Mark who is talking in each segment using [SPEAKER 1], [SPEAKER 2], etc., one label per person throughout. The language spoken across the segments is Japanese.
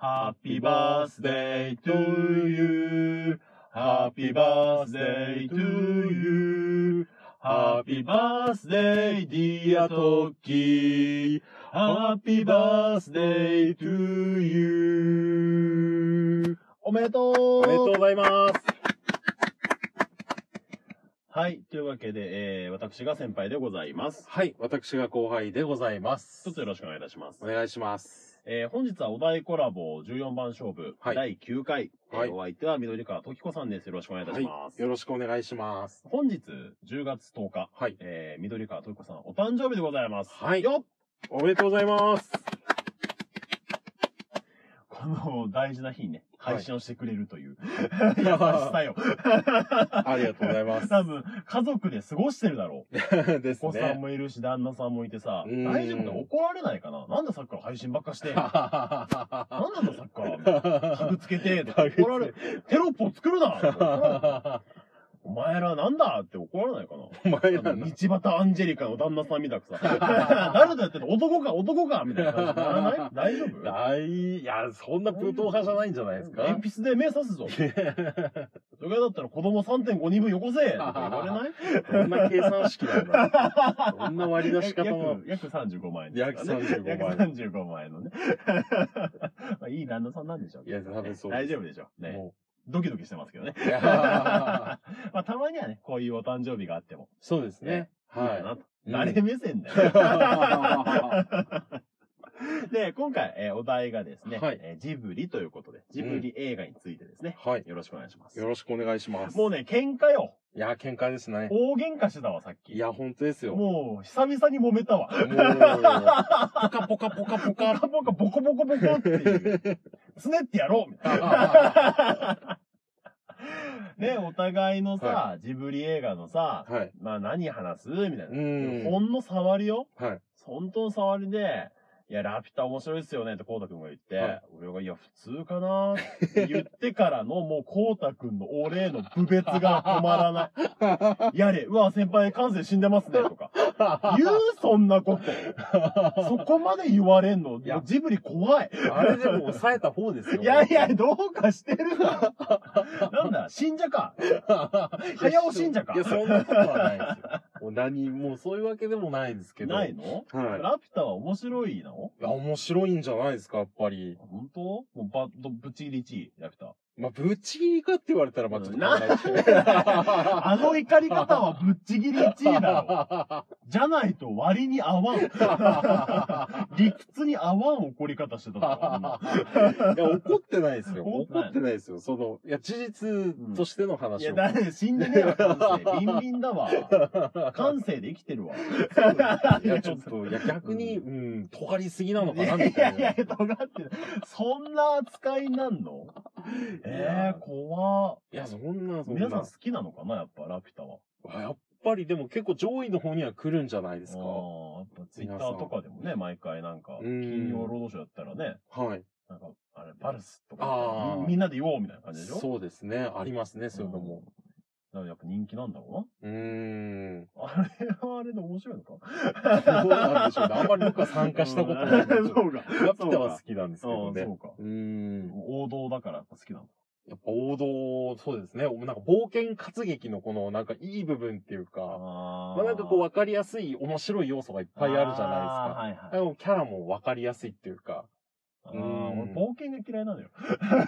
[SPEAKER 1] Happy birthday to you. Happy birthday to you. Happy birthday, dear Toki. Happy birthday to you. おめでとう
[SPEAKER 2] おめでとうございます。
[SPEAKER 1] はい。というわけで、えー、私が先輩でございます。
[SPEAKER 2] はい、私が後輩でございます。
[SPEAKER 1] 一つよろしくお願いいたします
[SPEAKER 2] お。願いします。
[SPEAKER 1] えー、本日はお題コラボ14番勝負、
[SPEAKER 2] はい
[SPEAKER 1] 第9回、えー
[SPEAKER 2] はい
[SPEAKER 1] お相手は緑川時子さんです。よろしくお願いいたします。
[SPEAKER 2] よろしくお願いします。
[SPEAKER 1] 本日10月10日、
[SPEAKER 2] はい。
[SPEAKER 1] えー、緑川時子さんお誕生日でございます。
[SPEAKER 2] はい
[SPEAKER 1] よっ
[SPEAKER 2] おめでとうございます。
[SPEAKER 1] この大事な日にね、
[SPEAKER 2] はい
[SPEAKER 1] 配信をしてくれるという、 優し
[SPEAKER 2] あ
[SPEAKER 1] さ よ。
[SPEAKER 2] りがとうございま
[SPEAKER 1] 多分、家族で過ごしてるだろう。
[SPEAKER 2] す。 で
[SPEAKER 1] お
[SPEAKER 2] す
[SPEAKER 1] 子さん
[SPEAKER 2] ね。
[SPEAKER 1] もいるし、旦那さんもいてさ、
[SPEAKER 2] うん
[SPEAKER 1] 大丈夫か怒られないかななんでさっきから配信ばっかして、なんなんださっきからみたいな。タグつけて、とか怒られる。テロップを作るなとか怒られるお前らなんだって怒られないかな
[SPEAKER 2] お前ら
[SPEAKER 1] あの。
[SPEAKER 2] な
[SPEAKER 1] 道端アンジェリカの旦那さんみたくさ、誰だやってんの男か男かみたいな感じにならない大丈夫
[SPEAKER 2] 大、いや、そんな武闘派じゃないんじゃないですか。
[SPEAKER 1] 鉛筆で目刺すぞ。それだったら子供3.5人分よこせ とか言われない
[SPEAKER 2] どんな計算式なんだ。どんな割り出し方も
[SPEAKER 1] 約。約35万円
[SPEAKER 2] 約35万円。
[SPEAKER 1] 円。約35万円のね。 まあいい旦那さんなんでしょう
[SPEAKER 2] い
[SPEAKER 1] けど
[SPEAKER 2] や、多分そうです。
[SPEAKER 1] 大丈夫でしょう。ね。
[SPEAKER 2] も
[SPEAKER 1] ドキドキしてますけど ね。
[SPEAKER 2] ういや
[SPEAKER 1] まあたまにはね、こういうお誕生日があっても
[SPEAKER 2] そうですね。
[SPEAKER 1] いいか
[SPEAKER 2] は
[SPEAKER 1] なと。誰目線だ よ。で、今回、えーお題がですね、
[SPEAKER 2] はい
[SPEAKER 1] えージブリということで、ジブリ映画についてですね、
[SPEAKER 2] い。はい。
[SPEAKER 1] よろしくお願いします
[SPEAKER 2] よ。ろしくお願いします。
[SPEAKER 1] もうね、喧嘩よ。
[SPEAKER 2] いや、喧嘩ですね。
[SPEAKER 1] 大喧嘩してたわ、さっき。
[SPEAKER 2] いや、本当ですよ。も
[SPEAKER 1] もう、久々に揉めたわ。
[SPEAKER 2] う、ポカポカポカポ
[SPEAKER 1] ポカ
[SPEAKER 2] カ。
[SPEAKER 1] ポカボコボコボコって いう。つねってやろうみたいな。ね、お互いのさ、
[SPEAKER 2] は
[SPEAKER 1] ジブリ映画のさ、
[SPEAKER 2] はい。
[SPEAKER 1] まあ何話すみたいな。
[SPEAKER 2] うん
[SPEAKER 1] ほんの触りよ。
[SPEAKER 2] はい。
[SPEAKER 1] 本当の触りで、いや、ラピュタ面白いっすよねってコウタくんが言って、
[SPEAKER 2] はい
[SPEAKER 1] 俺が、いや、普通かなって言ってからの、もうコウタくんのお礼の部別が止まらない。 やれ、うわ、先輩感性死んでますね、とか。言う、そんなこと。そこまで言われんの、もう
[SPEAKER 2] いや
[SPEAKER 1] ジブリ怖い。
[SPEAKER 2] あれでも抑えた方ですよ。
[SPEAKER 1] いやいや、どうかしてるな。なんだ、信者か。早尾信者か
[SPEAKER 2] いや、そんなことはないですよ。もう何、もうそういうわけでもないですけど。
[SPEAKER 1] ない。の
[SPEAKER 2] はい。
[SPEAKER 1] ラピュタは面白いの
[SPEAKER 2] いや、面白いんじゃないですか、やっぱり。
[SPEAKER 1] 本当もうば、どぶっちぎり1位、ラピュタ。
[SPEAKER 2] まあ、ぶっちぎりかって言われたら、まあ、ちょっと考えて。
[SPEAKER 1] あの怒り方はぶっちぎり1位だろ。じゃないと割に合わ ん。 理屈に合わん怒り方してたから。
[SPEAKER 2] いや、怒ってないですよ。
[SPEAKER 1] 怒って
[SPEAKER 2] 怒
[SPEAKER 1] ない
[SPEAKER 2] ってないですよ。その、いや、事実としての
[SPEAKER 1] い
[SPEAKER 2] 話
[SPEAKER 1] や、
[SPEAKER 2] を。
[SPEAKER 1] だって死んでねえわ、感性。ビンビンだわ。感性で生きてるわ。
[SPEAKER 2] いや、ちょっと、いや、逆に、うん、尖りすぎなのかな、
[SPEAKER 1] い
[SPEAKER 2] みた
[SPEAKER 1] や
[SPEAKER 2] い
[SPEAKER 1] いや
[SPEAKER 2] な。
[SPEAKER 1] いや、尖ってる。そんな扱いなんのえー、怖っ
[SPEAKER 2] いや、そんな、そん
[SPEAKER 1] 皆さん
[SPEAKER 2] な
[SPEAKER 1] 好。きなのかなやっぱ、ラピュタは。
[SPEAKER 2] あやっぱり、でも結構上位の方には来るんじゃないですか。は
[SPEAKER 1] あーやっぱツイッターとかでもね、毎回なんか、
[SPEAKER 2] うん
[SPEAKER 1] 金曜ロードショーやったらね、
[SPEAKER 2] い。
[SPEAKER 1] なんか、あれ、バルスと
[SPEAKER 2] あ
[SPEAKER 1] か
[SPEAKER 2] ー
[SPEAKER 1] み、みんなで言おうみたいな感じでしょ
[SPEAKER 2] そうですね。ありますね、そういうのも。
[SPEAKER 1] だからやっぱ人気なんだろ
[SPEAKER 2] うーん。
[SPEAKER 1] うな。あれはあれで面白いのか
[SPEAKER 2] どうなんでしょうね。あんまり僕は参加したことないんで。
[SPEAKER 1] うん そうか。
[SPEAKER 2] ラピュタは好
[SPEAKER 1] き
[SPEAKER 2] きなんですけどね
[SPEAKER 1] そ。うか。
[SPEAKER 2] うーん。
[SPEAKER 1] 王道だからやっぱ好きなの。
[SPEAKER 2] やっぱ王道、そうですね。なんか冒険活劇のこの、なんかいい部分っていうか、
[SPEAKER 1] あ
[SPEAKER 2] まあなんかこう分かりやすい面白い要素がいっぱいあるじゃない
[SPEAKER 1] いで
[SPEAKER 2] ですか。でもキャラも分かりやすいっていうか、
[SPEAKER 1] はいはい。あ
[SPEAKER 2] うん
[SPEAKER 1] ー俺冒険が嫌いなのよ。
[SPEAKER 2] あ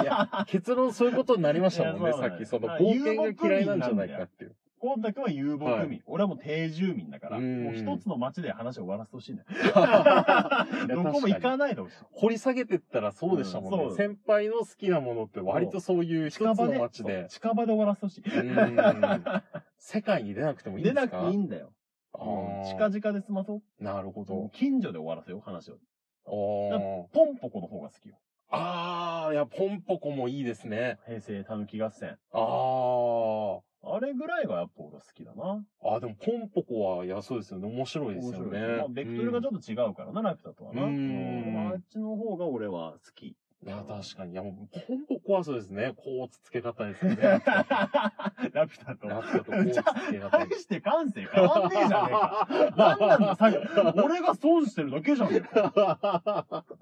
[SPEAKER 2] ーいや結論そういうことになりましたもん
[SPEAKER 1] い
[SPEAKER 2] ね、
[SPEAKER 1] やそう
[SPEAKER 2] さ
[SPEAKER 1] なんだ
[SPEAKER 2] っ
[SPEAKER 1] よ
[SPEAKER 2] き。その冒険が嫌いなんじゃないかっていう。
[SPEAKER 1] コンタ君は遊牧民、
[SPEAKER 2] は
[SPEAKER 1] 俺はもう定住民だから、
[SPEAKER 2] うん
[SPEAKER 1] もう一つの町で話を終わらせてほしいんだ よ。
[SPEAKER 2] いや
[SPEAKER 1] どこも行かないでほしい。
[SPEAKER 2] 掘り下げてったらそうでしたもんね。
[SPEAKER 1] うんそう
[SPEAKER 2] 先輩の好きなものって割とそういう一つ
[SPEAKER 1] 近場
[SPEAKER 2] の
[SPEAKER 1] で、
[SPEAKER 2] 街
[SPEAKER 1] そう
[SPEAKER 2] で。
[SPEAKER 1] 近場で終わらせてほしい。
[SPEAKER 2] うーん世界に出なくてもいいんで
[SPEAKER 1] 出
[SPEAKER 2] すか
[SPEAKER 1] なくていいんだよ。もう近
[SPEAKER 2] あー
[SPEAKER 1] 々で済まそう。
[SPEAKER 2] なるほど。
[SPEAKER 1] 近所で終わらせよう、話を。
[SPEAKER 2] おー
[SPEAKER 1] ポンポコの方が好きよ。
[SPEAKER 2] あー、いや、ポンポコもいいですね。
[SPEAKER 1] 平成たぬき合戦。
[SPEAKER 2] あー。
[SPEAKER 1] あれぐらいがやっぱ俺は好きだな。
[SPEAKER 2] あ、でも、ポンポコは、いや、そうですよね。面白いですよね。
[SPEAKER 1] まあ、ベクトルがちょっと違うからな、ラピュタとはな。
[SPEAKER 2] うん
[SPEAKER 1] あっちの方が俺は好き。
[SPEAKER 2] うんいや、確かに。いや、もう、ポンポこはそうですね、こうつつけ方ですよね。ラピュタ
[SPEAKER 1] ラピュタと。
[SPEAKER 2] ラピュタとこうつつけ方
[SPEAKER 1] 対。して感性変わんねえじゃねえか。なんなんだ、さ俺が損してるだけじゃねえか。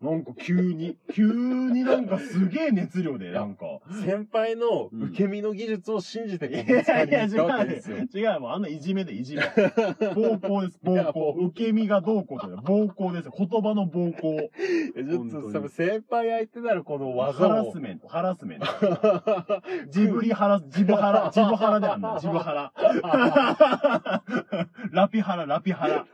[SPEAKER 1] なんか急に、急になんかすげえ熱量で、なんか。
[SPEAKER 2] 先輩の
[SPEAKER 1] うん
[SPEAKER 2] 受け身の技術を信じて
[SPEAKER 1] い
[SPEAKER 2] こ
[SPEAKER 1] や
[SPEAKER 2] の
[SPEAKER 1] い
[SPEAKER 2] 使いに
[SPEAKER 1] や、
[SPEAKER 2] 行
[SPEAKER 1] 違
[SPEAKER 2] っ
[SPEAKER 1] う
[SPEAKER 2] たわ
[SPEAKER 1] よ
[SPEAKER 2] けですよ。
[SPEAKER 1] 違う、もうあのいじめでいじめ。暴行です、暴
[SPEAKER 2] いやも
[SPEAKER 1] 行。受け身がどうこうとか、暴行です。言葉の暴行。
[SPEAKER 2] えちょっ
[SPEAKER 1] 本当
[SPEAKER 2] と
[SPEAKER 1] に
[SPEAKER 2] その先輩相手ならこの
[SPEAKER 1] ハ
[SPEAKER 2] 技
[SPEAKER 1] ラ
[SPEAKER 2] を
[SPEAKER 1] ス。メント、ハラスメント。ジブリハラ、ジブハラ、ジブハラであんだよ、ジブハ ラ。ラピハラ、ラピハラ。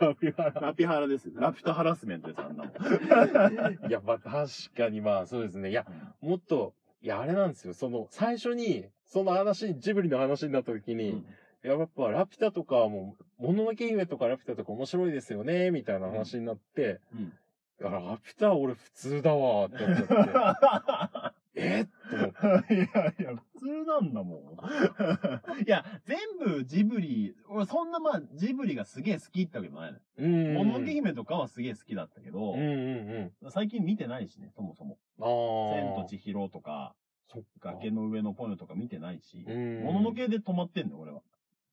[SPEAKER 1] ラピハラですよ。ラピュタハラスメントです、あんなもん。
[SPEAKER 2] いや、まあ確かにまあそうですね。いや、もっと、いや、あれなんですよ。その、最初に、その話に、ジブリの話になった時に、いや、やっぱ、ラピュタとかも、もののけ姫とかラピュタとか面白いですよね、みたいな話になって、
[SPEAKER 1] うん
[SPEAKER 2] いや、ラピュタは俺普通だわ、っ て思っちゃって、えっと思って。
[SPEAKER 1] いやいや、普通なんだもん。いや、全部ジブリ、俺そんなまあ、ジブリがすげえ好きってわけじゃないの。
[SPEAKER 2] うん。
[SPEAKER 1] もののけ姫とかはすげえ好きだったけど
[SPEAKER 2] うん、うんうん。
[SPEAKER 1] 最近見てないしね、そもそも。
[SPEAKER 2] ああ。
[SPEAKER 1] 千と千尋とか、
[SPEAKER 2] そっか。
[SPEAKER 1] 崖の上のポニョとか見てないし、
[SPEAKER 2] うん。
[SPEAKER 1] もののけで止まってんの、俺は。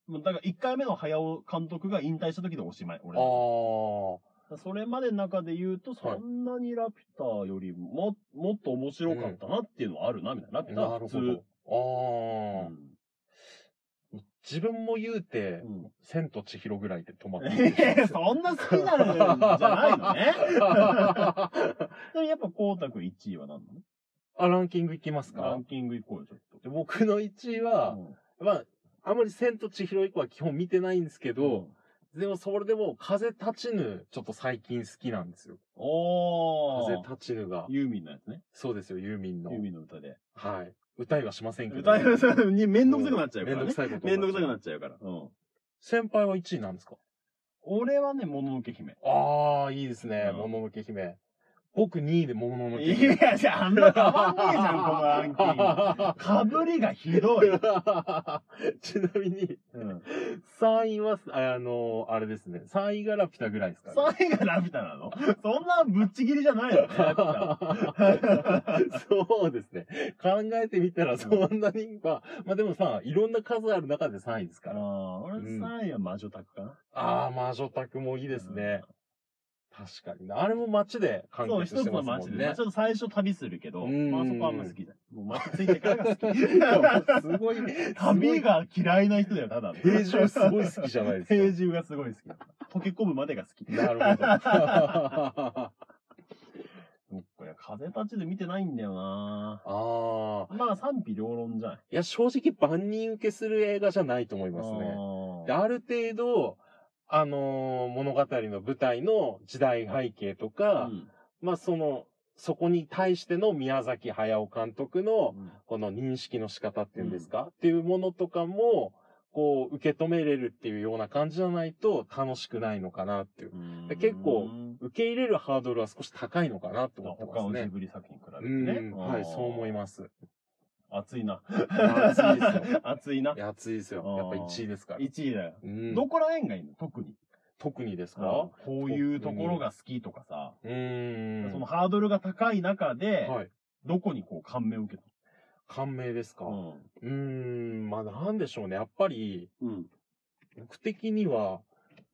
[SPEAKER 1] もうだから1回目の早尾監督が引退した時でおしまい、俺
[SPEAKER 2] あ
[SPEAKER 1] は。
[SPEAKER 2] あ。
[SPEAKER 1] それまでの中で言うと、
[SPEAKER 2] はい
[SPEAKER 1] そんなにラピュタよりも、もっと面白かったなっていうのはあるな、みたいな。ラピュタ
[SPEAKER 2] な
[SPEAKER 1] は
[SPEAKER 2] る
[SPEAKER 1] 普
[SPEAKER 2] ほ
[SPEAKER 1] 通。
[SPEAKER 2] ど。ああ、
[SPEAKER 1] う
[SPEAKER 2] 自分も言うて、
[SPEAKER 1] ん
[SPEAKER 2] 千と千尋ぐらいで止まっ
[SPEAKER 1] い
[SPEAKER 2] て
[SPEAKER 1] や い やそんな好きなのじゃないのね。でもやっぱ光沢1位は何なの
[SPEAKER 2] あ、ランキングいきます
[SPEAKER 1] ラ
[SPEAKER 2] か
[SPEAKER 1] ンキングいこうよ、ちょっと。
[SPEAKER 2] で僕の1位は、まあ、あまり千と千尋以降は基本見てないんですけど、でもそれでも風立ちぬ、ちょっと最近好きなんですよ。
[SPEAKER 1] うん。お
[SPEAKER 2] 風
[SPEAKER 1] ー。
[SPEAKER 2] 立ちぬが、
[SPEAKER 1] ユーミンのやつね。
[SPEAKER 2] そうですよ、ユーミンの
[SPEAKER 1] ユー。ミンの歌で。
[SPEAKER 2] はい。歌いはしませんけど。
[SPEAKER 1] 歌い方にめんどくさくなっちゃうから
[SPEAKER 2] めんど
[SPEAKER 1] ね
[SPEAKER 2] く。さいこと。
[SPEAKER 1] めんどくさくなっちゃうから。うん。
[SPEAKER 2] 先輩は1位なんですか
[SPEAKER 1] 俺はね、もののけ姫。
[SPEAKER 2] ああ、いいですね。
[SPEAKER 1] うん
[SPEAKER 2] もののけ姫。僕2位でものの
[SPEAKER 1] い
[SPEAKER 2] け姫。
[SPEAKER 1] や、じゃあ、あんま変わんねえじゃん、このランキング。かぶりがひどい。
[SPEAKER 2] ちなみに、
[SPEAKER 1] うん。
[SPEAKER 2] 3位は、ああの、あれですね。3位がラピュタぐらいですかね。
[SPEAKER 1] 3位がラピュタなのそんなぶっちぎりじゃないよね、ラピュタ。
[SPEAKER 2] そうですね。考えてみたらそんなに、まあ、まあでもさ、いろんな数ある中で3位ですから。
[SPEAKER 1] あー俺
[SPEAKER 2] うん
[SPEAKER 1] 3位は魔女宅かな。
[SPEAKER 2] ああ、魔女宅もいいですね。確かにな。あれも街で完
[SPEAKER 1] そう、
[SPEAKER 2] 結
[SPEAKER 1] 一
[SPEAKER 2] し
[SPEAKER 1] つ
[SPEAKER 2] てま
[SPEAKER 1] の
[SPEAKER 2] すも
[SPEAKER 1] 街で、
[SPEAKER 2] ん
[SPEAKER 1] まあ
[SPEAKER 2] ね
[SPEAKER 1] ち。ょっと最初旅するけど、
[SPEAKER 2] うん
[SPEAKER 1] まあそこはあんま好きじゃない。もう街ついてから が好
[SPEAKER 2] いや
[SPEAKER 1] き。
[SPEAKER 2] すごい、
[SPEAKER 1] 旅が嫌いな人だよ、ただの。
[SPEAKER 2] 平常すごい好きじゃないですか。
[SPEAKER 1] 平住がすごい好きだった。溶け込むまでが好き。
[SPEAKER 2] なるほど。
[SPEAKER 1] そっかいや風立ちで見てないんだよな
[SPEAKER 2] ああ。
[SPEAKER 1] まあ賛否両論じゃない。
[SPEAKER 2] いや、正直万人受けする映画じゃないと思いますね。
[SPEAKER 1] あー
[SPEAKER 2] である程度、あのー物語の舞台の時代背景とか、
[SPEAKER 1] うん
[SPEAKER 2] まあその、そこに対しての宮崎駿監督の、この認識の仕方っていうんですか、っていうものとかも、こう、受け止めれるっていうような感じじゃないと楽しくないのかなっていう。
[SPEAKER 1] うん
[SPEAKER 2] で結構、受け入れるハードルは少し高いのかなと思ってま
[SPEAKER 1] 他
[SPEAKER 2] す
[SPEAKER 1] のジ
[SPEAKER 2] ね。
[SPEAKER 1] ブリ作品比べて
[SPEAKER 2] う
[SPEAKER 1] ね。
[SPEAKER 2] ん、はい、そう思い
[SPEAKER 1] ま
[SPEAKER 2] ます。
[SPEAKER 1] す。熱いな。
[SPEAKER 2] 熱いですよ。
[SPEAKER 1] 熱いな。
[SPEAKER 2] いや熱いですよ。やっぱ1位ですから。
[SPEAKER 1] 1位だよ。
[SPEAKER 2] うん、
[SPEAKER 1] どこら辺がいいの特に。
[SPEAKER 2] 特にですか
[SPEAKER 1] こういうところが好きとかさ、
[SPEAKER 2] うーん。
[SPEAKER 1] そのハードルが高い中で、
[SPEAKER 2] はい。
[SPEAKER 1] どこにこう感銘を受けた
[SPEAKER 2] 感銘ですか、う
[SPEAKER 1] の
[SPEAKER 2] ん、ん、まあなんでしょうね。やっぱり、
[SPEAKER 1] うん。
[SPEAKER 2] 僕的には、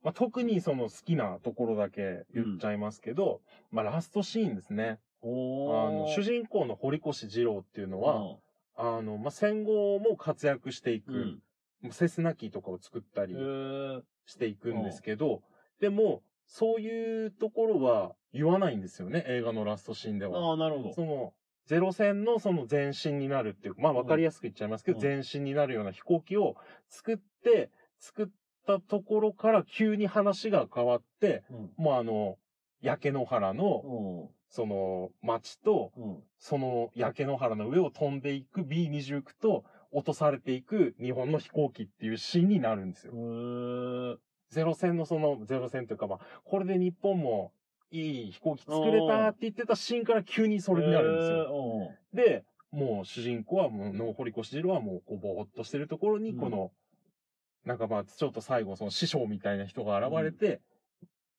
[SPEAKER 2] まあ、特にその好きなところだけ言っちゃいますけど、まあラストシーンですね。あ
[SPEAKER 1] おー。
[SPEAKER 2] の、主人公の堀越二郎っていうのは、あの、まあ戦後も活躍していく、
[SPEAKER 1] うん、うん。
[SPEAKER 2] もうセスナ機とかを作った
[SPEAKER 1] え
[SPEAKER 2] り
[SPEAKER 1] ー、
[SPEAKER 2] していくんですけど、でも、そういうところは言わないんですよね。映画のラストシーンでは。
[SPEAKER 1] ああ、なるほど。
[SPEAKER 2] その、ゼロ戦のその前身になるっていう、まあ分かりやすく言っちゃいますけど、
[SPEAKER 1] うん
[SPEAKER 2] 前身になるような飛行機を作って、作ったところから急に話が変わって、
[SPEAKER 1] うん。
[SPEAKER 2] もうあの、焼け野原の、
[SPEAKER 1] お
[SPEAKER 2] その、町と、
[SPEAKER 1] ーうん。
[SPEAKER 2] その焼け野原の上を飛んでいく B29 と、落とされていく日本の飛行機っていうシーンになるんですよ。
[SPEAKER 1] えー、
[SPEAKER 2] ゼロ戦のその、ゼロ戦というかまあ、これで日本もいい飛行機作れたって言ってたシーンから急にそれになるんですよ。
[SPEAKER 1] えーおー
[SPEAKER 2] で、もう主人公はもう、の堀越二郎はもう、こう、ぼーっとしてるところに、
[SPEAKER 1] うん
[SPEAKER 2] この、なんかまあ、ちょっと最後、その師匠みたいな人が現れて、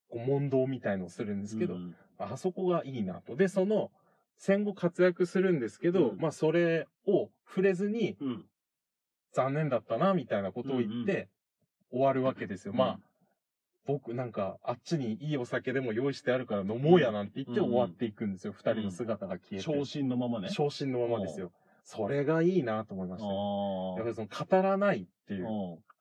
[SPEAKER 2] こう、問答みたいのをするんですけど、
[SPEAKER 1] うん
[SPEAKER 2] あそこがいいなと。で、その、戦後活躍するんですけど、
[SPEAKER 1] うん
[SPEAKER 2] まあそれを触れずに
[SPEAKER 1] うん。
[SPEAKER 2] 残念だったな、みたいなことを言って終わるわけですよ。まあ、僕なんかあっちにいいお酒でも用意してあるから飲もうやなんて言って
[SPEAKER 1] うん
[SPEAKER 2] 終わっていくんですよ。二、人
[SPEAKER 1] うん
[SPEAKER 2] の姿が消えて。
[SPEAKER 1] 昇進のままね。
[SPEAKER 2] 昇進のままですよ。それがいいなと思いま
[SPEAKER 1] あ
[SPEAKER 2] したね。やっぱ
[SPEAKER 1] ー
[SPEAKER 2] りその語らないっていう。
[SPEAKER 1] う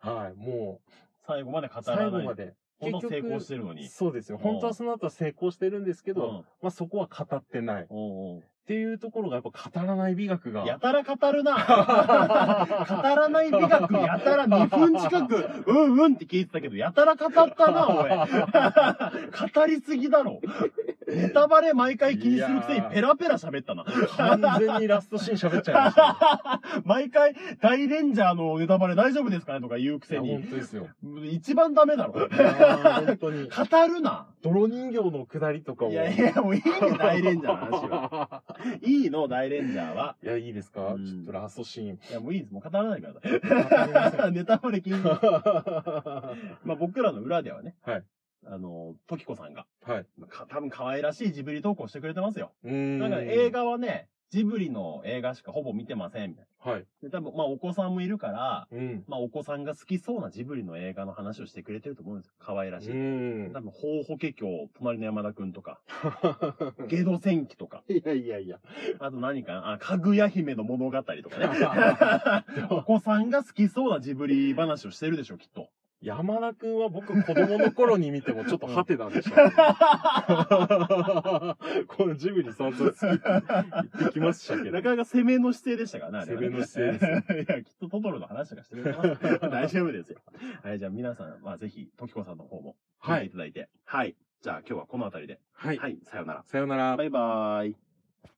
[SPEAKER 1] ん
[SPEAKER 2] はい。もう、
[SPEAKER 1] 最後まで語
[SPEAKER 2] 最
[SPEAKER 1] ら
[SPEAKER 2] 後
[SPEAKER 1] ない
[SPEAKER 2] ま。で。
[SPEAKER 1] ほど
[SPEAKER 2] 結
[SPEAKER 1] 成
[SPEAKER 2] 局
[SPEAKER 1] 功してるのに。
[SPEAKER 2] そうですよ。
[SPEAKER 1] うん
[SPEAKER 2] 本当はその後は成功してるんですけ
[SPEAKER 1] う
[SPEAKER 2] ど、
[SPEAKER 1] ん
[SPEAKER 2] まあそこは語ってない。っ
[SPEAKER 1] おう
[SPEAKER 2] ていうところがやっぱ語らない美学
[SPEAKER 1] お
[SPEAKER 2] が。
[SPEAKER 1] うやたら語るな語らない美 学、やたら2分近く、うんうんって聞いてたけど、やたら語ったな、お い。語りすぎだろ。ネタバレ毎回気にするくせ
[SPEAKER 2] い
[SPEAKER 1] に
[SPEAKER 2] やー
[SPEAKER 1] ペラペラ喋ったな。
[SPEAKER 2] 完全にラストシーン喋っちゃいま した、
[SPEAKER 1] 毎回、大レンジャーのネタバレ大丈夫ですかねとか言うくせ
[SPEAKER 2] ね。いや
[SPEAKER 1] に、
[SPEAKER 2] 本当ですよ。
[SPEAKER 1] 一番ダメだろ。
[SPEAKER 2] いや本当に。
[SPEAKER 1] 語るな。
[SPEAKER 2] 泥人形の下りとかも。
[SPEAKER 1] いやいや、もういいよ、大レンジャーの 話は。
[SPEAKER 2] はい
[SPEAKER 1] いの、大レンジャーは。
[SPEAKER 2] いや、いいですか、
[SPEAKER 1] うん
[SPEAKER 2] ちょっとラストシーン。
[SPEAKER 1] いや、もういいです。もう語らないでくだ
[SPEAKER 2] は
[SPEAKER 1] さ い。ネタバレ禁止。まあ僕らの裏ではね。
[SPEAKER 2] はい。
[SPEAKER 1] あの、トキコさんが、
[SPEAKER 2] い。
[SPEAKER 1] か多分可愛らしいジブリ投稿してくれてますよ。
[SPEAKER 2] うーん
[SPEAKER 1] だから映。画はね、ジブリの映画しかほぼ見てません、みたい
[SPEAKER 2] はい。
[SPEAKER 1] な。で、多分、まあお子さんもいるから、
[SPEAKER 2] うん。
[SPEAKER 1] まあお子さんが好きそうなジブリの映画の話をしてくれてると思うんですよ。可愛らし
[SPEAKER 2] う
[SPEAKER 1] い。
[SPEAKER 2] ん
[SPEAKER 1] 多。分、ほうほけ教、隣の山田くんとか、ゲド戦記とか、
[SPEAKER 2] いやいやいや。
[SPEAKER 1] あと何かな、あ、かぐや姫の物語とかね。お子さんが好きそうなジブリ話をしてるでしょ、きっ と。
[SPEAKER 2] 山田くんは僕子供の頃に見てもちょっとハテナでしたね、 このジブリ散々好きって言ってきました けど
[SPEAKER 1] な。かなか攻めの姿勢でしたからね、あれはね
[SPEAKER 2] 攻めの姿 勢
[SPEAKER 1] いや、きっとトトロの話とかしてくれて ます。大丈夫ですよ。はい、じゃあ皆さん、まあぜひ、トキコさんの方も、
[SPEAKER 2] は
[SPEAKER 1] 聞いて
[SPEAKER 2] い
[SPEAKER 1] い。ただいて。はい。じゃあ今日はこの辺りで。
[SPEAKER 2] はい。
[SPEAKER 1] はい、さようなら。
[SPEAKER 2] さよなら
[SPEAKER 1] バ。イバーイ。